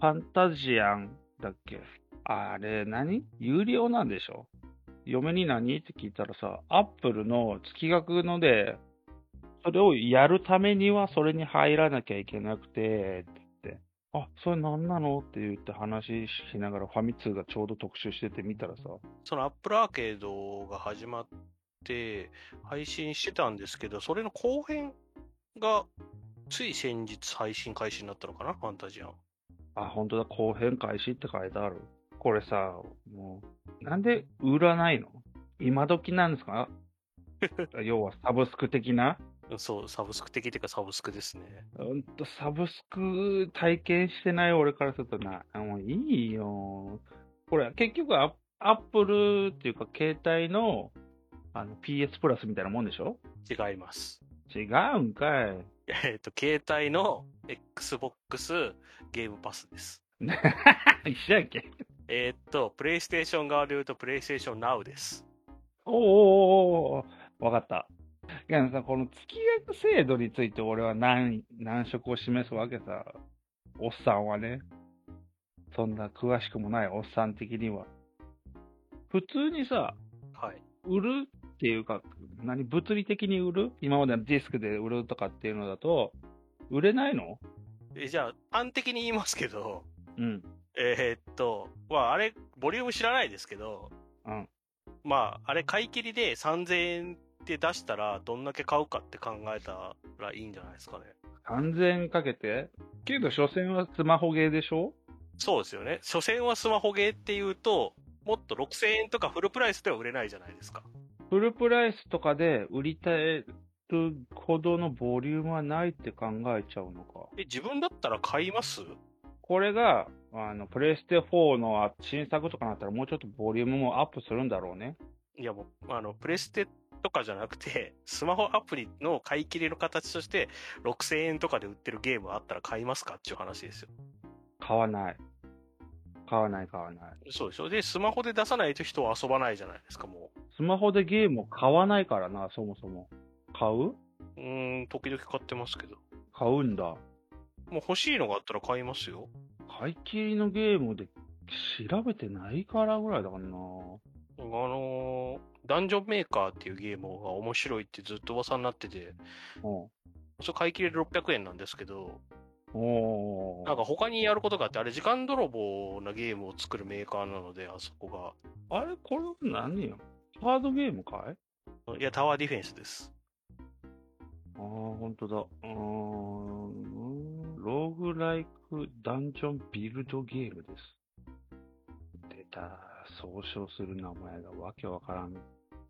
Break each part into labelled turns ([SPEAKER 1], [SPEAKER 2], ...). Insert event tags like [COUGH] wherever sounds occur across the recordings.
[SPEAKER 1] ァンタジアンだっけあれ何有料なんでしょ嫁に何って聞いたらさ、アップルの月額ので、それをやるためにはそれに入らなきゃいけなくて、ってってあ、それ何なのって言って話しながらファミ通がちょうど特集してて見たらさ、
[SPEAKER 2] そのアップルアーケードが始まって、配信してたんですけど、それの後編が、つい先日配信開始になったのかな、ファンタジアン。
[SPEAKER 1] あ、本当だ、後編開始って書いてある。これさ、もう、なんで売らないの今時なんですか要はサブスク的な
[SPEAKER 2] そう、サブスク的っていうかサブスクですね。
[SPEAKER 1] ほんと、サブスク体験してない俺からするとな、あもういいよ。これ、結局ア、アップルっていうか、携帯のあの PS プラスみたいなもんでしょ
[SPEAKER 2] 違います。 [LAUGHS]
[SPEAKER 1] 違うんかい。
[SPEAKER 2] えっと、携帯の Xbox ゲームパスです。
[SPEAKER 1] 一緒やっけ
[SPEAKER 2] えーっと、プレイステーション側で言うと、プレイステーション Now です。
[SPEAKER 1] おーおーおーおーわかった。いやさ、この月額制度について俺は難難色を示すわけさ。おっさんはね。そんな詳しくもないおっさん的には。普通にさ、
[SPEAKER 2] はい。
[SPEAKER 1] 売るっていうか、何、物理的に売る今までのディスクで売るとかっていうのだと、売れないの
[SPEAKER 2] えじゃあ、端的に言いますけど、
[SPEAKER 1] うん。
[SPEAKER 2] えーっと、まあ、あれ、ボリューム知らないですけど、
[SPEAKER 1] うん。
[SPEAKER 2] まあ、あれ、買い切りで3000円って出したら、どんだけ買うかって考えたらいいんじゃないですかね。
[SPEAKER 1] 3000円かけてけど、所詮はスマホゲーでしょ
[SPEAKER 2] そうですよね。所詮はスマホゲーっていうと、もっと6000円とかフルプライスでは売れないじゃないですか。
[SPEAKER 1] フルプライスとかで売りたいほどのボリュームはないって考えちゃうのか。
[SPEAKER 2] え、自分だったら買います
[SPEAKER 1] これが、あの、プレイステ4の新作とかになったらもうちょっとボリュームもアップするんだろうね。
[SPEAKER 2] いやもう、あの、プレステとかじゃなくて、スマホアプリの買い切りの形として、6000円とかで売ってるゲームあったら買いますかっていう話ですよ。
[SPEAKER 1] 買わない。買わない、買わない。
[SPEAKER 2] そうでしょ。で、スマホで出さないと人は遊ばないじゃないですか、も
[SPEAKER 1] スマホでゲームを買わないからな、そもそも。買う
[SPEAKER 2] う。うーん、時々買ってますけど。
[SPEAKER 1] 買うんだ。
[SPEAKER 2] もう欲しいのがあったら買いますよ。
[SPEAKER 1] 買い切りのゲームで調べてないからぐらいだからな。
[SPEAKER 2] あのーダンジョンメーカーっていうゲームが面白いってずっと噂になってて、
[SPEAKER 1] うん。
[SPEAKER 2] それ買い切りで600円なんですけど、
[SPEAKER 1] お
[SPEAKER 2] なん
[SPEAKER 1] ー。
[SPEAKER 2] か他にやることがあって、あれ時間泥棒なゲームを作るメーカーなので、あそこが。
[SPEAKER 1] あれこれ何よカードゲームかい
[SPEAKER 2] いや、タワーディフェンスです。
[SPEAKER 1] ああ、ほんとだ。うーん。ローグライクダンジョンビルドゲームです。出た。総称する名前がわけわからん。
[SPEAKER 2] う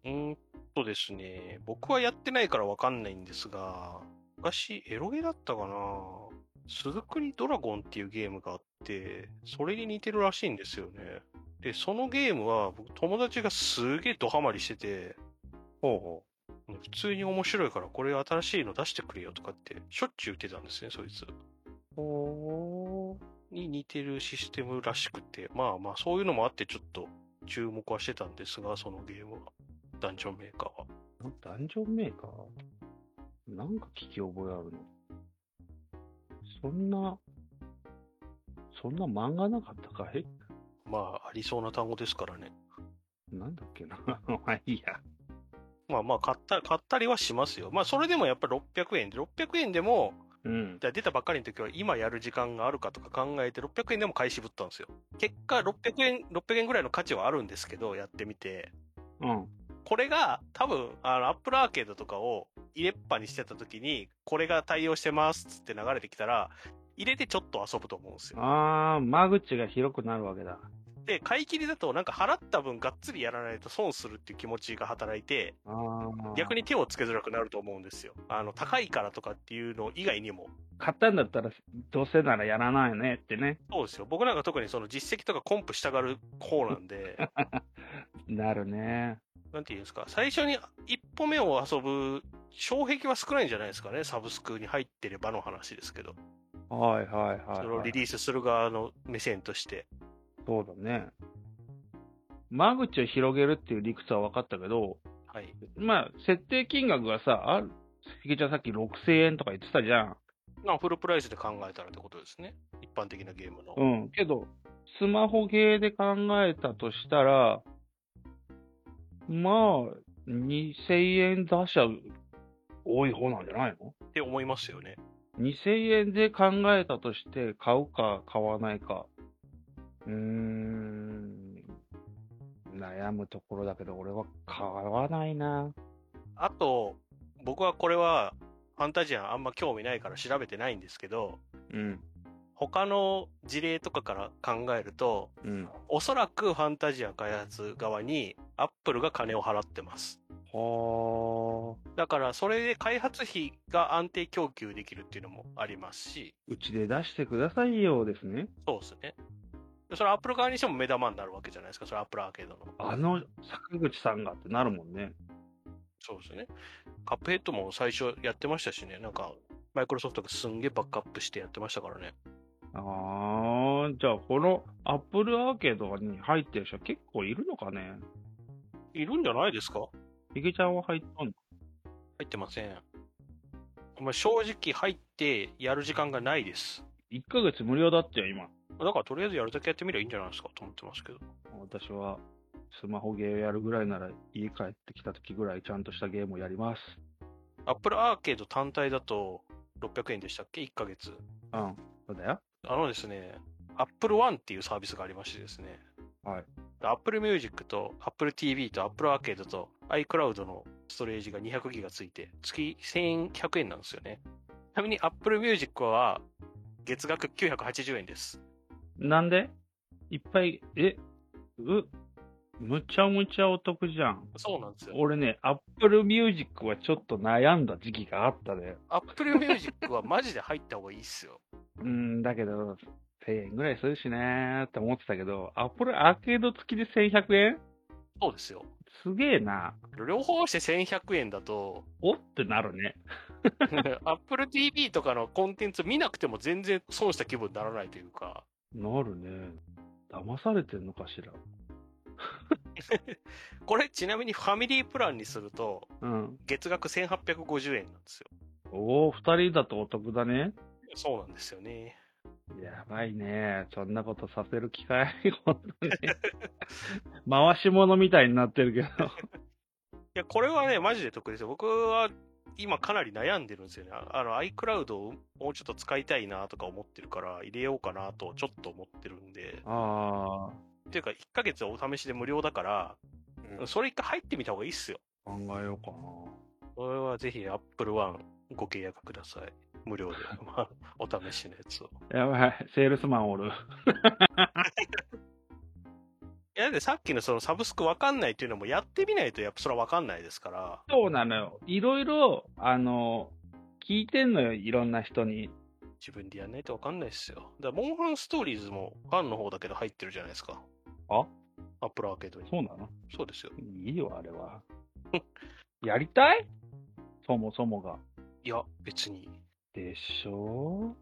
[SPEAKER 2] ーんとですね、僕はやってないからわかんないんですが、昔エロゲだったかな鈴国ドラゴンっていうゲームがあって、それに似てるらしいんですよね。で、そのゲームは僕友達がすげえドハマりしてて、
[SPEAKER 1] ほうほ
[SPEAKER 2] 普通に面白いからこれ新しいの出してくれよとかってしょっちゅう言ってたんですね、そいつ。
[SPEAKER 1] う。ほ
[SPEAKER 2] に似てるシステムらしくて、まあまあそういうのもあってちょっと注目はしてたんですが、そのゲームは。ダンジョンメーカーは。
[SPEAKER 1] う。ダンジョンメーカーなんか聞き覚えあるのそんな、そんな漫画なかったかい
[SPEAKER 2] まあありそうな単語ですからね。
[SPEAKER 1] なんだっけな [LAUGHS] まあいいや。
[SPEAKER 2] まあまあ買った、買ったりはしますよ。まあそれでもやっぱり600円で、600円でも、
[SPEAKER 1] うん。
[SPEAKER 2] じゃあ出たばっかりの時は今やる時間があるかとか考えて600円でも買い渋ったんですよ。結果600円、600円ぐらいの価値はあるんですけど、やってみて。
[SPEAKER 1] うん。
[SPEAKER 2] これが多分、あの、アップルアーケードとかを入れっぱにしてた時に、これが対応してますっつって流れてきたら、入れてちょっと遊ぶと思うんですよ。
[SPEAKER 1] ああ、間口が広くなるわけだ。
[SPEAKER 2] で、買い切りだとなんか払った分がっつりやらないと損するっていう気持ちが働いて、
[SPEAKER 1] ああ。
[SPEAKER 2] 逆に手をつけづらくなると思うんですよ。あの、高いからとかっていうの以外にも。
[SPEAKER 1] 買ったんだったら、どうせならやらないよねってね。
[SPEAKER 2] そうですよ。僕なんか特にその実績とかコンプしたがる方なんで、
[SPEAKER 1] [LAUGHS] なるね。
[SPEAKER 2] なんていうんですか、最初に一歩目を遊ぶ障壁は少ないんじゃないですかね。サブスクに入ってればの話ですけど。
[SPEAKER 1] はいはいはい、
[SPEAKER 2] それ
[SPEAKER 1] は
[SPEAKER 2] を
[SPEAKER 1] い
[SPEAKER 2] リリースする側の目線として。
[SPEAKER 1] そうだね。間口を広げるっていう理屈は分かったけど、
[SPEAKER 2] はい。
[SPEAKER 1] まあ、設定金額がさ、あひげちゃんさっき6000円とか言ってたじゃん。
[SPEAKER 2] なフルプライスで考えたらってことですね。一般的なゲームの。
[SPEAKER 1] うん。けど、スマホゲーで考えたとしたら、まあ、2000円出しゃ多い方なんじゃないの
[SPEAKER 2] って思いますよね。
[SPEAKER 1] 2000円で考えたとして、買うか買わないか。うーん。悩むところだけど、俺は買わないな。
[SPEAKER 2] あと、僕はこれは、ファンタジアンあんま興味ないから調べてないんですけど、
[SPEAKER 1] うん。
[SPEAKER 2] 他の事例とかから考えると、
[SPEAKER 1] うん。
[SPEAKER 2] おそらくファンタジア開発側にアップルが金を払ってます。
[SPEAKER 1] はあ。
[SPEAKER 2] だからそれで開発費が安定供給できるっていうのもありますし、
[SPEAKER 1] うちで出してくださいよですね。
[SPEAKER 2] そうですね。それアップル側にしても目玉になるわけじゃないですか、それアップルアーケードの。
[SPEAKER 1] あの坂口さんがってなるもんね。
[SPEAKER 2] そうですね。カップヘッドも最初やってましたしね、なんか、マイクロソフトがすんげえバックアップしてやってましたからね。
[SPEAKER 1] ああ、じゃあこのアップルアーケードに入ってる人結構いるのかね
[SPEAKER 2] いるんじゃないですか
[SPEAKER 1] ヒゲちゃんは入っとんの
[SPEAKER 2] 入ってません。まあ、正直入ってやる時間がないです。
[SPEAKER 1] ?1 ヶ月無料だってよ、今。
[SPEAKER 2] だからとりあえずやるだけやってみればいいんじゃないですかと思ってますけど。
[SPEAKER 1] 私はスマホゲーをやるぐらいなら家帰ってきた時ぐらいちゃんとしたゲームをやります。
[SPEAKER 2] アップルアーケード単体だと600円でしたっけ ?1 ヶ月。
[SPEAKER 1] うん。そうだよ。
[SPEAKER 2] あのですね、Apple One っていうサービスがありましてですね。
[SPEAKER 1] はい。
[SPEAKER 2] Apple Music と Apple TV と Apple Arcade と iCloud のストレージが200ギガついて、月1100円なんですよね。ちなみに Apple Music は月額980円です。
[SPEAKER 1] なんでいっぱい、え、う、むちゃむちゃお得じゃん。
[SPEAKER 2] そうなんですよ。
[SPEAKER 1] 俺ね、Apple Music はちょっと悩んだ時期があったね。
[SPEAKER 2] Apple Music はマジで入った方がいいっすよ。
[SPEAKER 1] うん、だけど、1000円ぐらいするしねーって思ってたけど、Apple アーケード付きで1100円
[SPEAKER 2] そうですよ。
[SPEAKER 1] すげえな。
[SPEAKER 2] 両方して1100円だと、
[SPEAKER 1] おってなるね。
[SPEAKER 2] [LAUGHS] Apple TV とかのコンテンツ見なくても全然損した気分にならないというか、
[SPEAKER 1] なるね。騙されてんのかしら。
[SPEAKER 2] これちなみにファミリープランにすると、
[SPEAKER 1] うん。
[SPEAKER 2] 月額1850円なんですよ。
[SPEAKER 1] おお、二人だとお得だね。
[SPEAKER 2] そうなんですよね。
[SPEAKER 1] やばいね。そんなことさせる機会、本当に。 [LAUGHS] 回し物みたいになってるけど。
[SPEAKER 2] いや、これはね、マジで得ですよ。僕は今かなり悩んでるんですよね。ああの iCloud をもうちょっと使いたいなとか思ってるから、入れようかなとちょっと思ってるんで。
[SPEAKER 1] あ
[SPEAKER 2] っていうか、1ヶ月お試しで無料だから、
[SPEAKER 1] あ、
[SPEAKER 2] それ一回入ってみた方がいいっすよ。
[SPEAKER 1] 考えようかな。
[SPEAKER 2] これはぜひ Apple One ご契約ください。無料で。まあ、お試しのやつを。
[SPEAKER 1] やばい、セールスマンおる。
[SPEAKER 2] いや、で、さっきのそのサブスクわかんないっていうのもやってみないとやっぱそれはわかんないですから。
[SPEAKER 1] そうなのよ。いろいろ、あの、聞いてんのよ、いろんな人に。
[SPEAKER 2] 自分でやんないとわかんないっすよ。だから、モンハンストーリーズもファンの方だけど入ってるじゃないですか。
[SPEAKER 1] あ
[SPEAKER 2] アップルアーケードに。
[SPEAKER 1] そうなの
[SPEAKER 2] そうですよ。
[SPEAKER 1] いいよ、あれは。 [LAUGHS] やりたいそもそもが。
[SPEAKER 2] いや、別に。い
[SPEAKER 1] でしょ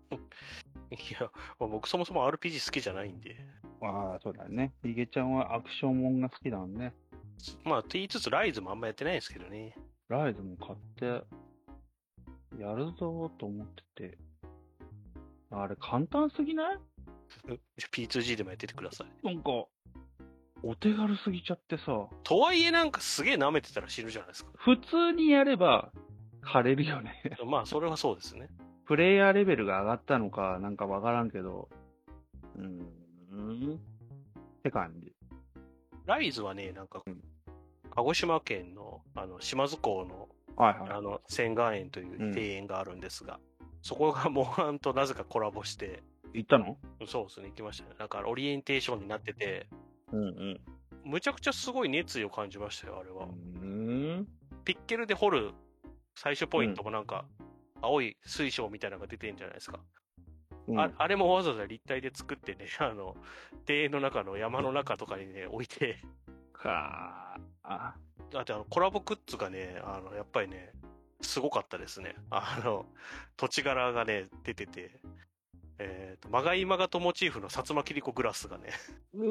[SPEAKER 2] や、まあ僕そもそも RPG 好きじゃないんで。
[SPEAKER 1] ああ、そうだね。ヒゲちゃんはアクションもんが好きだもんね。
[SPEAKER 2] まあ、って言いつつ、ライズもあんまやってないんですけどね。
[SPEAKER 1] ライズも買って、やるぞーと思ってて。あれ、簡単すぎない
[SPEAKER 2] P2G でもやっててください。
[SPEAKER 1] なんか、お手軽すぎちゃってさ、
[SPEAKER 2] とはいえなんかすげえ舐めてたら死ぬじゃないですか。
[SPEAKER 1] 普通にやれば、枯れるよね。 [LAUGHS]
[SPEAKER 2] まあ、それはそうですね。
[SPEAKER 1] プレイヤーレベルが上がったのか、なんかわからんけど、うーん、って感じ。
[SPEAKER 2] ライズはね、なんか
[SPEAKER 1] うん、
[SPEAKER 2] 鹿児島県の、あの、島津港の、
[SPEAKER 1] はい
[SPEAKER 2] あの、仙岩園という
[SPEAKER 1] うん
[SPEAKER 2] 庭園があるんですが、そこが [LAUGHS] モンハンとなぜかコラボして、
[SPEAKER 1] い。行ったの
[SPEAKER 2] そうですね、行きましたね。なんか、オリエンテーションになってて、
[SPEAKER 1] うんうん。
[SPEAKER 2] むちゃくちゃすごい熱意を感じましたよ、あれは。
[SPEAKER 1] うん。
[SPEAKER 2] ピッケルで掘る最初ポイントもなんか、青い水晶みたいなのが出てんじゃないですか。ああれもわざわざ立体で作ってね、あの、庭園の中の山の中とかにね、置いて、
[SPEAKER 1] かあ。
[SPEAKER 2] だってあのコラボグッズがね、あの、やっぱりね、すごかったですね。あの、土地柄がね、出てて、えっ、と、まがいまがとモチーフの薩摩切子グラスがね、
[SPEAKER 1] う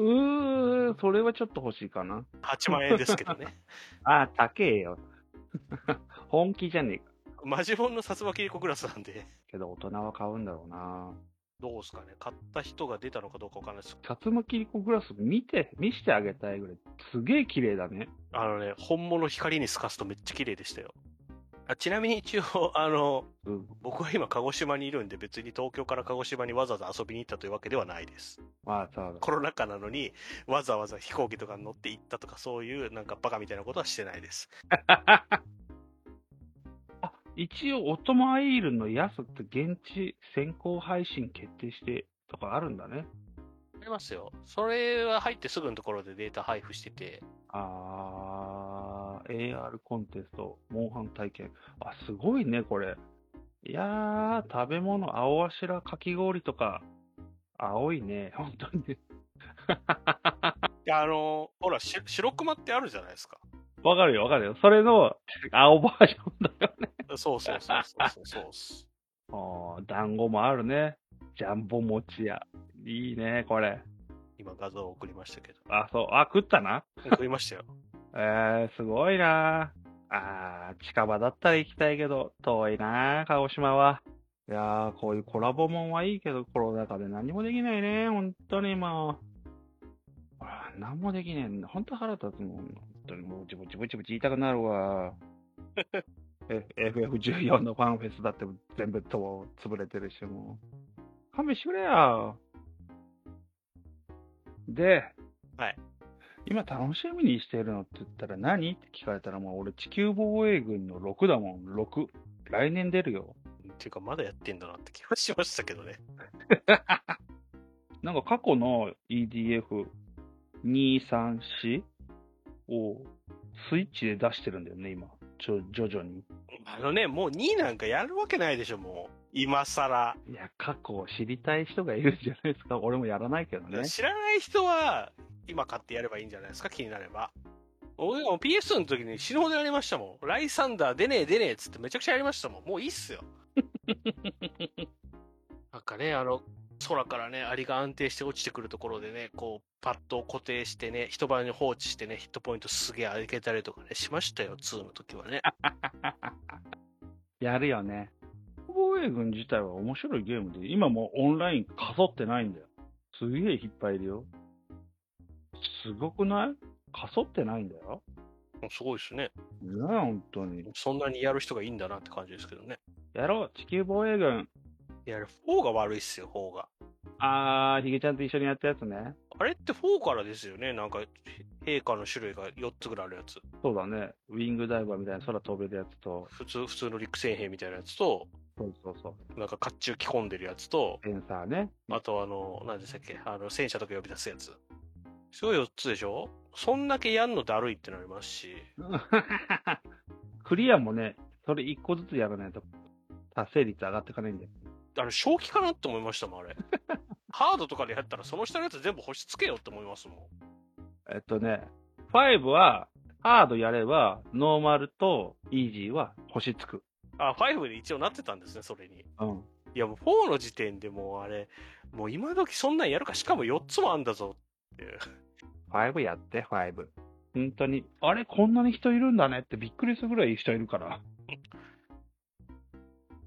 [SPEAKER 1] ー、それはちょっと欲しいかな。
[SPEAKER 2] 8万円ですけどね。
[SPEAKER 1] [LAUGHS] ああ、高えよ。本気じゃねえか。
[SPEAKER 2] マジモンの薩摩稽古グラスなんで、
[SPEAKER 1] けど大人は買うんだろうな。
[SPEAKER 2] どうすかね、買った人が出たのかどうかわかんないです。
[SPEAKER 1] 薩摩切子グラス見て、見してあげたいぐらい。すげえ綺麗だね。
[SPEAKER 2] あのね、本物光に透かすとめっちゃ綺麗でしたよ。あちなみに一応、あの、
[SPEAKER 1] うん。
[SPEAKER 2] 僕は今鹿児島にいるんで別に東京から鹿児島にわざわざ遊びに行ったというわけではないです。
[SPEAKER 1] まあ、そうだ。
[SPEAKER 2] コロナ禍なのにわざわざ飛行機とかに乗って行ったとかそういうなんかバカみたいなことはしてないです。
[SPEAKER 1] あ、一応、オトマイールのやつって現地先行配信決定してとかあるんだね。
[SPEAKER 2] ありますよ。それは入ってすぐのところでデータ配布してて、
[SPEAKER 1] あー、AR コンテスト、モンハン体験。あ、すごいね、これ。いやー、食べ物、青あしら、かき氷とか、青いね、本当に。
[SPEAKER 2] あの、ほら、し白熊ってあるじゃないですか。 [LAUGHS]
[SPEAKER 1] わかるよ、わかるよ。それの青バージョンだよね。
[SPEAKER 2] そうそうそうそうそうそうっす。
[SPEAKER 1] [LAUGHS] あー、団子もあるね。ジャンボ餅屋。いいね、これ。
[SPEAKER 2] 今画像を送りましたけど。
[SPEAKER 1] あ、そう。あ、食ったな。
[SPEAKER 2] 送りましたよ。
[SPEAKER 1] えー、すごいなーあー、近場だったら行きたいけど、遠いなー鹿児島は。いやー、こういうコラボもんはいいけど、コロナ禍で何もできないね。本当にもう。あー何もできねえんだ。本当腹立つもん。本当にもう、ブチブチブチブチ言いたくなるわ。え FF14 のファンフェスだって全部と潰れてるし、もう。勘弁してくれよ。で、今楽しみにしてるのって言ったら何って聞かれたらもう俺地球防衛軍の6だもん、6。来年出るよ。
[SPEAKER 2] っていうかまだやってんだなって気がしましたけどね。
[SPEAKER 1] なんか過去の EDF234 をスイッチで出してるんだよね、今。ちょ、徐々に。
[SPEAKER 2] あのね、もう2なんかやるわけないでしょ、もう。今更。
[SPEAKER 1] いや、過去を知りたい人がいるんじゃないですか。俺もやらないけどね。
[SPEAKER 2] 知らない人は、今買ってやればいいんじゃないですか、気になれば。俺も PS の時に死ぬほどやりましたもん。ライサンダー出ねえ出ねえっつってめちゃくちゃやりましたもん。もういいっす [LAUGHS] よ。なんかね、あの、空からね、アリが安定して落ちてくるところでね、こう、パッドを固定してね、一晩に放置してね、ヒットポイントすげえ上げたりとかね、しましたよ、2の時はね。
[SPEAKER 1] [LAUGHS] やるよね。防衛軍自体は面白いゲームで、今もうオンラインかそってないんだよ。すげえいっぱいいるよ。すごくないかそってないんだよ。
[SPEAKER 2] すごいですね。
[SPEAKER 1] ねえ、本当に。
[SPEAKER 2] そんなにやる人がいいんだなって感じですけどね。
[SPEAKER 1] やろう、地球防衛軍。
[SPEAKER 2] いや、4が悪いっすよ、4が。
[SPEAKER 1] あー、ヒゲちゃんと一緒にやったやつね。
[SPEAKER 2] あれって4からですよね、なんか、へ陛下の種類が4つぐらいあるやつ。
[SPEAKER 1] そうだね。ウィングダイバーみたいな空飛べるやつと、
[SPEAKER 2] 普通、普通の陸戦兵みたいなやつと、
[SPEAKER 1] そうそうそう。
[SPEAKER 2] なんか甲冑着込んでるやつと、
[SPEAKER 1] センサーね。
[SPEAKER 2] あとあの、何でしたっけ、あの、戦車とか呼び出すやつ。すごい4つでしょそんだけやんのだるいってなりますし、
[SPEAKER 1] [LAUGHS] クリアもね、それ一個ずつやらないと、達成率上がっていかないんだよ。
[SPEAKER 2] あの、正気かなって思いましたもん、あれ。ハードとかでやったらその下のやつ全部星つけよって思いますもん。
[SPEAKER 1] えっとね、5は、ハードやれば、ノーマルとイージーは星つく。
[SPEAKER 2] あ、5で一応なってたんですね、それに。
[SPEAKER 1] うん。
[SPEAKER 2] いやもう4の時点でもうあれ、もう今時そんなんやるか、しかも4つもあんだぞっていう。
[SPEAKER 1] 5やって、5。本当に、あれ、こんなに人いるんだねってびっくりするぐらい人いるから。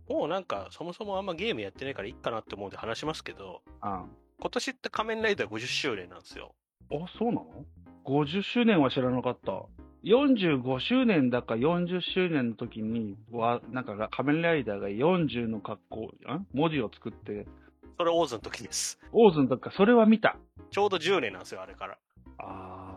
[SPEAKER 2] もうなんか、そもそもあんまゲームやってないからいいかなって思うんで話しますけど、
[SPEAKER 1] うん。
[SPEAKER 2] 今年って仮面ライダー50周年なんですよ。
[SPEAKER 1] あ、そうなの ?50 周年は知らなかった。45周年だか40周年の時には、なんかが仮面ライダーが40の格好、ん文字を作って、
[SPEAKER 2] それオーズの時です。 [LAUGHS]
[SPEAKER 1] オーズの時か、それは見た。
[SPEAKER 2] ちょうど10年なんですよ、あれから。
[SPEAKER 1] あ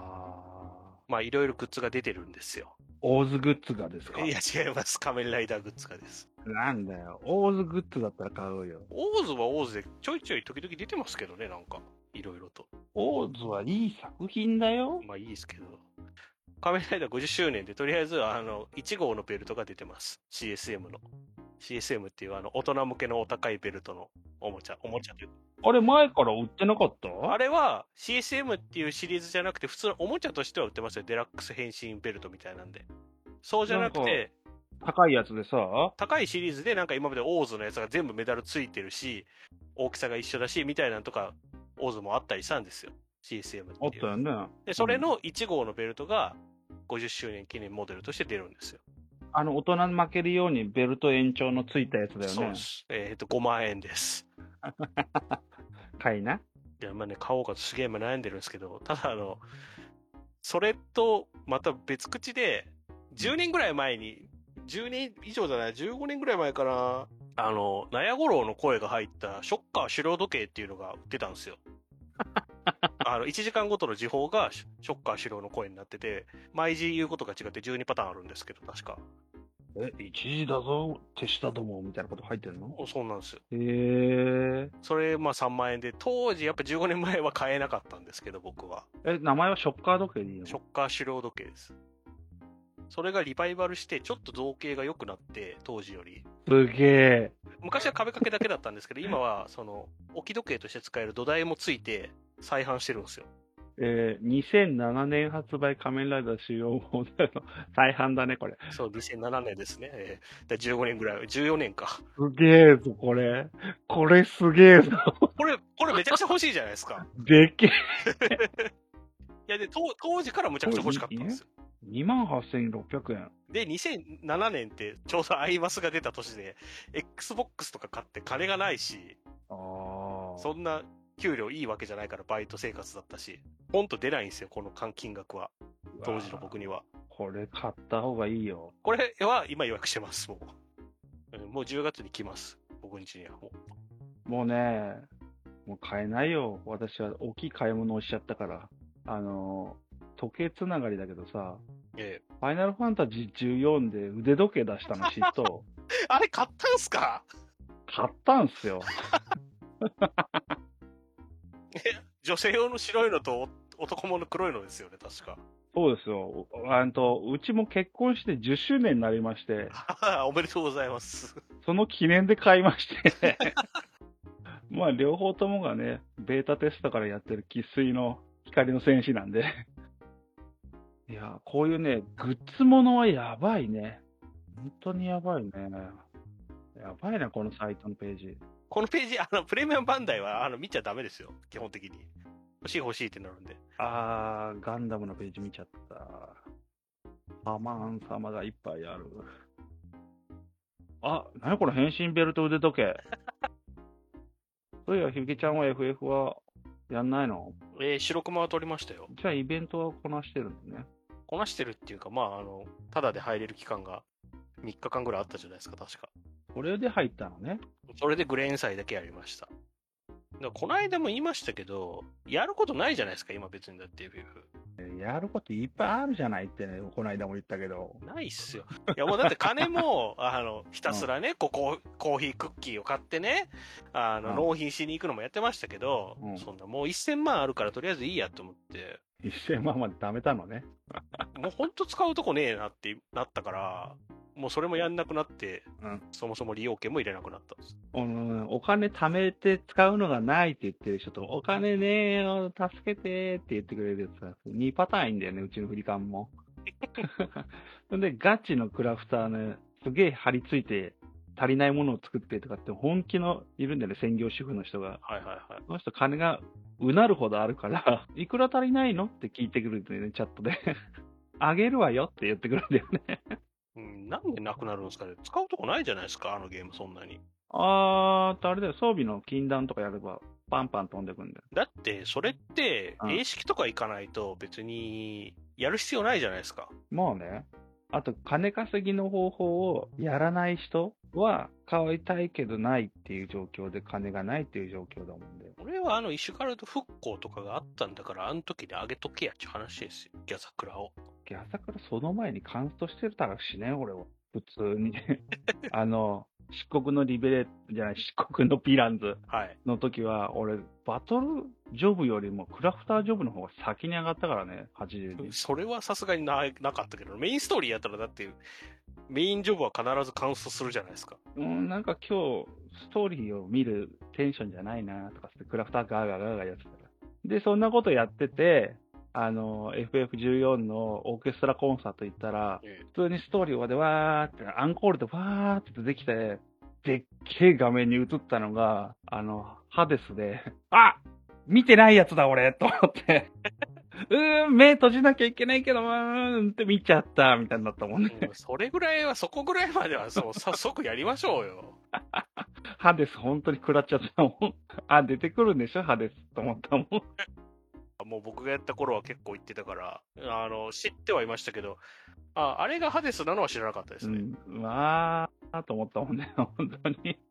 [SPEAKER 1] ー。
[SPEAKER 2] まあいろいろグッズが出てるんですよ。
[SPEAKER 1] オーズグッズがですか
[SPEAKER 2] [LAUGHS] いや違います、仮面ライダーグッズがです。
[SPEAKER 1] なんだよ。オーズグッズだったら買うよ。
[SPEAKER 2] オーズはオーズでちょいちょい時々出てますけどね、なんか。いろいろと。
[SPEAKER 1] オーズはいい作品だよ。
[SPEAKER 2] まあいいですけど。仮面ライダー50周年で、とりあえず、あの、1号のベルトが出てます。CSM の。CSM っていう、あの、大人向けのお高いベルトのおもちゃ、おもちゃというか
[SPEAKER 1] あれ前から売ってなかった
[SPEAKER 2] あ
[SPEAKER 1] れ
[SPEAKER 2] れは CSM っていうシリーズじゃなくて、普通のおもちゃとしては売ってますよ。デラックス変身ベルトみたいなんで。そうじゃなく
[SPEAKER 1] なん
[SPEAKER 2] て、
[SPEAKER 1] 高いやつでさ、
[SPEAKER 2] 高いシリーズでなんか今までオーズのやつが全部メダルついてるし、大きさが一緒だし、みたいなんとか、オーズもあったりしたんですよ。CSM
[SPEAKER 1] あっ
[SPEAKER 2] ってい
[SPEAKER 1] た
[SPEAKER 2] う。
[SPEAKER 1] よね。
[SPEAKER 2] で、それの1号のベルトが50周年記念モデルとして出るんですよ。
[SPEAKER 1] あの、大人負けるようにベルト延長のついたやつだ
[SPEAKER 2] そう
[SPEAKER 1] よね。
[SPEAKER 2] です。えっ、と、5万円です。
[SPEAKER 1] かいな。
[SPEAKER 2] いや、まあね、買おうかとすげえ今悩んでるんですけど、ただあの、それと、また別口で、10年ぐらい前に、10年以上じゃない、15年ぐらい前かな、あの、納屋五郎の声が入った、ショッカー狩猟時計っていうのが売ってたんですよ。あの、1時間ごとの時報が、ショッカー狩猟の声になってて、毎時言うことが違って12パターンあるんですけど、確か。
[SPEAKER 1] え、一時だぞ、手下ども、みたいなこと入ってんの
[SPEAKER 2] おそうなんですよ。
[SPEAKER 1] へえ
[SPEAKER 2] それ、まあ3万円で、当時やっぱ15年前は買えなかったんですけど、僕は。
[SPEAKER 1] え、名前はショッカー時計でいいの
[SPEAKER 2] ショッカー狩猟時計です。それがリバイバルして、ちょっと造形が良くなって、当時より。
[SPEAKER 1] すげえ。
[SPEAKER 2] 昔は壁掛けだけだったんですけど、今は、その、置き時計として使える土台もついて、再販してるんですよ。
[SPEAKER 1] えー、2007年発売仮面ライダー主要モデルの再販だね、これ。
[SPEAKER 2] そう、2007年ですね。えー、だ15年ぐらい、14年か。
[SPEAKER 1] すげえぞ、これ。これすげ [LAUGHS] えぞ。
[SPEAKER 2] これ、これめちゃくちゃ欲しいじゃないですか。
[SPEAKER 1] でけえ。
[SPEAKER 2] いや、で、当当時からむちゃくちゃ欲しかったんですよ。
[SPEAKER 1] 28,600円。
[SPEAKER 2] で、2007年って、ちょうどアイマスが出た年で、Xbox とか買って金がないし、
[SPEAKER 1] ああ。
[SPEAKER 2] そんな給料いいわけじゃないからバイト生活だったし、ポンと出ないんですよ、この金額は。当時の僕には。
[SPEAKER 1] これ買った方がいいよ。
[SPEAKER 2] これは今予約してます、もう。うんもう10月に来ます、僕ん家にはもう。
[SPEAKER 1] もうね、もう買えないよ。私は大きい買い物をしちゃったから。あのー、時計つながりだけどさ、
[SPEAKER 2] ええ
[SPEAKER 1] ファイナルファンタジー14で腕時計出したの知っと、
[SPEAKER 2] [LAUGHS] あれ買ったんすか
[SPEAKER 1] 買ったんすよ。
[SPEAKER 2] 女性用の白いのとお男物の黒いのですよね、確か。
[SPEAKER 1] そうですよ。あんと、うちも結婚して10周年になりまして、
[SPEAKER 2] あーおめでとうございます。
[SPEAKER 1] その記念で買いまして。 [LAUGHS] まあ、両方ともがね、ベータテストからやってる生粋の光の戦士なんで。いや、こういうね、グッズものはやばいね。本当にやばいね。やばいな、このサイトのページ。
[SPEAKER 2] このページ、あの、プレミアムバンダイは、あの、見ちゃダメですよ、基本的に。欲しい欲しいってなるんで。
[SPEAKER 1] あー、ガンダムのページ見ちゃった。サマン様がいっぱいある。あ、なにこの変身ベルト腕時計。 [LAUGHS] そういや、ひゆきちゃんは FF はやんないの
[SPEAKER 2] えー、白熊は取りましたよ。
[SPEAKER 1] じゃあイベントはこなしてるんだね。
[SPEAKER 2] こなしてるっていうか、まあ、あの、ただで入れる期間が3日間ぐらいあったじゃないですか、確か。
[SPEAKER 1] これで入ったのね。
[SPEAKER 2] それでグレーン祭だけやりました。だからこの間も言いましたけど、やることないじゃないですか、今別にだって FF。
[SPEAKER 1] やることいっぱいあるじゃないってね、この間も言ったけど。
[SPEAKER 2] ないっすよ。いやもうだって金も、 [LAUGHS] あの、ひたすらね、ここ、コーヒークッキーを買ってね、あ
[SPEAKER 1] う
[SPEAKER 2] の、
[SPEAKER 1] ん
[SPEAKER 2] 納品しに行くのもやってましたけど、
[SPEAKER 1] うん
[SPEAKER 2] そんなもう1000万あるからとりあえずいいやと思って、
[SPEAKER 1] 1000万まで貯めたのね。
[SPEAKER 2] もうほんと使うとこねえなってなったから、もうそれもやんなくなって、
[SPEAKER 1] うん
[SPEAKER 2] そもそも利用券も入れなくなったんです。
[SPEAKER 1] あのねお金貯めて使うのがないって言ってる人と、お金ねえよ、助けてって言ってくれるやつが2パターンいんだよね、うちのフリカン [LAUGHS] も。そんで、ガチのクラフターね、すげえ張り付いて、足りないものを作ってとかって本気のいるんだよね、専業主婦の人が。
[SPEAKER 2] はいはいはい。
[SPEAKER 1] この人金がうなるほどあるから、いくら足りないのって聞いてくるんだよね、チャットで。あげるわよって言ってくるんだよね。
[SPEAKER 2] うん、なんでなくなるんですかね使うとこないじゃないですか、あのゲームそんなに。
[SPEAKER 1] あーっと、あれだよ、装備の禁断とかやれば、パンパン飛んでくんだよ。
[SPEAKER 2] だって、それって
[SPEAKER 1] う、ん
[SPEAKER 2] 英式とか行かないと別に、やる必要ないじゃないですか。
[SPEAKER 1] もうね、あと金稼ぎの方法をやらない人は、買いたいけどないっていう状況で、金がないっていう状況だもんで。
[SPEAKER 2] 俺はあの、イシュカルド復興とかがあったんだから、あの時であげとけやっちゅう話ですよ。ギャザクラを。
[SPEAKER 1] ギャザクラその前にカンストしてるたらしね、俺は。普通に。あの、漆黒のリベレじゃない、漆黒のピランズ
[SPEAKER 2] はい。
[SPEAKER 1] の時は、俺、バトルジョブよりもクラフタージョブの方が先に上がったからね、80に。
[SPEAKER 2] それはさすがにななかったけど、メインストーリーやったらだって、メインジョブは必ずカウントするじゃないですか。
[SPEAKER 1] うん、なんか今日、ストーリーを見るテンションじゃないなとかって、クラフターガーガーガーガーやってたら。で、そんなことやってて、あの、FF14 のオーケストラコンサート行ったら、
[SPEAKER 2] ええ
[SPEAKER 1] 普通にストーリーでわーって、アンコールでわーってできて、でっけえ画面に映ったのが、あの、ハデスで、あ見てないやつだ俺と思って、 [LAUGHS] うーん、目閉じなきゃいけないけど、うーんって見ちゃった、みたいになったもんね。
[SPEAKER 2] うんそれぐらいは、そこぐらいまでは、そう、早速やりましょうよ。
[SPEAKER 1] 歯です、本当に食らっちゃった [LAUGHS] もん。あ、出てくるんでしょ、歯です、と思ったもん。
[SPEAKER 2] もう僕がやった頃は結構言ってたから、あの、知ってはいましたけど、あ、あれがハデスなのは知らなかったですね。
[SPEAKER 1] うん、うわーと思ったもんね、本当に。 [LAUGHS]